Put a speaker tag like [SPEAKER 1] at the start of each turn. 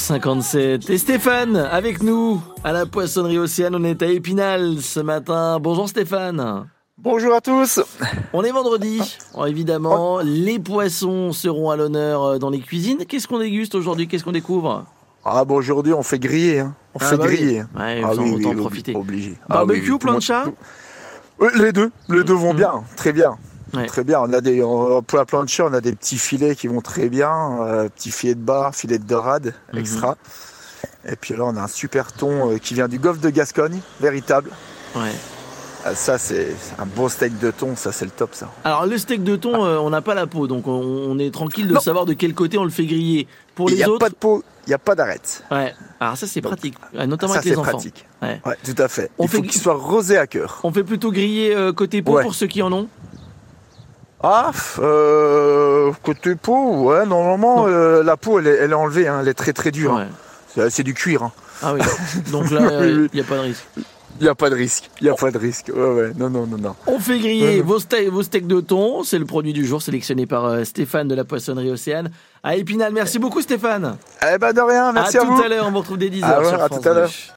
[SPEAKER 1] 7h57. Et Stéphane, avec nous, à la Poissonnerie Océane, on est à Épinal ce matin. Bonjour Stéphane.
[SPEAKER 2] Bonjour à tous.
[SPEAKER 1] On est vendredi, Alors, évidemment. Les poissons seront à l'honneur euh, dans les cuisines. Qu'est-ce qu'on déguste aujourd'hui Qu'est-ce qu'on découvre
[SPEAKER 2] Ah bon, aujourd'hui on fait griller. hein. On
[SPEAKER 1] Ah
[SPEAKER 2] fait
[SPEAKER 1] bah oui.
[SPEAKER 2] griller.
[SPEAKER 1] Ouais,
[SPEAKER 2] ah
[SPEAKER 1] autant- autant en
[SPEAKER 2] obli-
[SPEAKER 1] profiter.
[SPEAKER 2] Obligé. Ah
[SPEAKER 1] Barbecue,
[SPEAKER 2] ou
[SPEAKER 1] plancha
[SPEAKER 2] Les deux, les deux vont
[SPEAKER 1] Mhm.
[SPEAKER 2] bien, très bien.
[SPEAKER 1] Ouais.
[SPEAKER 2] Très bien. On a des, on- pour la plancha, on a des petits filets qui vont très bien, euh, petits filets de bar, filets de dorade,
[SPEAKER 1] Mhm.
[SPEAKER 2] extra. Et puis là, on a un super thon euh, qui vient du golfe de Gascogne, véritable.
[SPEAKER 1] Ouais.
[SPEAKER 2] Ah, Ça, c'est un bon steak de thon, ça, c'est le top, ça.
[SPEAKER 1] Alors le steak de thon, euh, on n'a pas la peau, donc on, on est tranquille de
[SPEAKER 2] Non.
[SPEAKER 1] savoir de quel côté on le fait griller. Pour
[SPEAKER 2] Il n'y
[SPEAKER 1] les
[SPEAKER 2] a
[SPEAKER 1] autres,
[SPEAKER 2] pas de peau, il n'y a pas d'arête.
[SPEAKER 1] ouais. Alors ça c'est
[SPEAKER 2] Donc,
[SPEAKER 1] pratique, Ouais, notamment
[SPEAKER 2] Ça,
[SPEAKER 1] avec les
[SPEAKER 2] c'est
[SPEAKER 1] enfants.
[SPEAKER 2] pratique.
[SPEAKER 1] Ouais.
[SPEAKER 2] Ouais, tout à fait.
[SPEAKER 1] On
[SPEAKER 2] il
[SPEAKER 1] fait
[SPEAKER 2] faut
[SPEAKER 1] gr-
[SPEAKER 2] qu'il soit rosé à cœur.
[SPEAKER 1] On fait plutôt griller euh, côté peau
[SPEAKER 2] Ouais.
[SPEAKER 1] pour ceux qui en ont.
[SPEAKER 2] Ah, f- euh, côté peau, ouais, normalement,
[SPEAKER 1] Non.
[SPEAKER 2] euh, la peau, elle est, elle est enlevée, hein, elle est très très dure. hein.
[SPEAKER 1] Ouais.
[SPEAKER 2] C'est- C'est du cuir, hein.
[SPEAKER 1] Ah oui. Donc là, il
[SPEAKER 2] Oui, oui.
[SPEAKER 1] n'y a pas de risque.
[SPEAKER 2] Il n'y a pas de risque, il n'y a pas de risque. Ouais, ouais, non, non, non, non.
[SPEAKER 1] On fait griller
[SPEAKER 2] Ouais.
[SPEAKER 1] vos, ste- vos steaks de thon. C'est le produit du jour sélectionné par euh, Stéphane de la Poissonnerie Océane à Épinal. Merci beaucoup Stéphane.
[SPEAKER 2] Eh ben, de rien, merci à,
[SPEAKER 1] à tout
[SPEAKER 2] vous.
[SPEAKER 1] à l'heure. On vous retrouve dès 10h.
[SPEAKER 2] Ah ouais,
[SPEAKER 1] sur
[SPEAKER 2] à
[SPEAKER 1] France
[SPEAKER 2] tout à l'heure.
[SPEAKER 1] Bleu.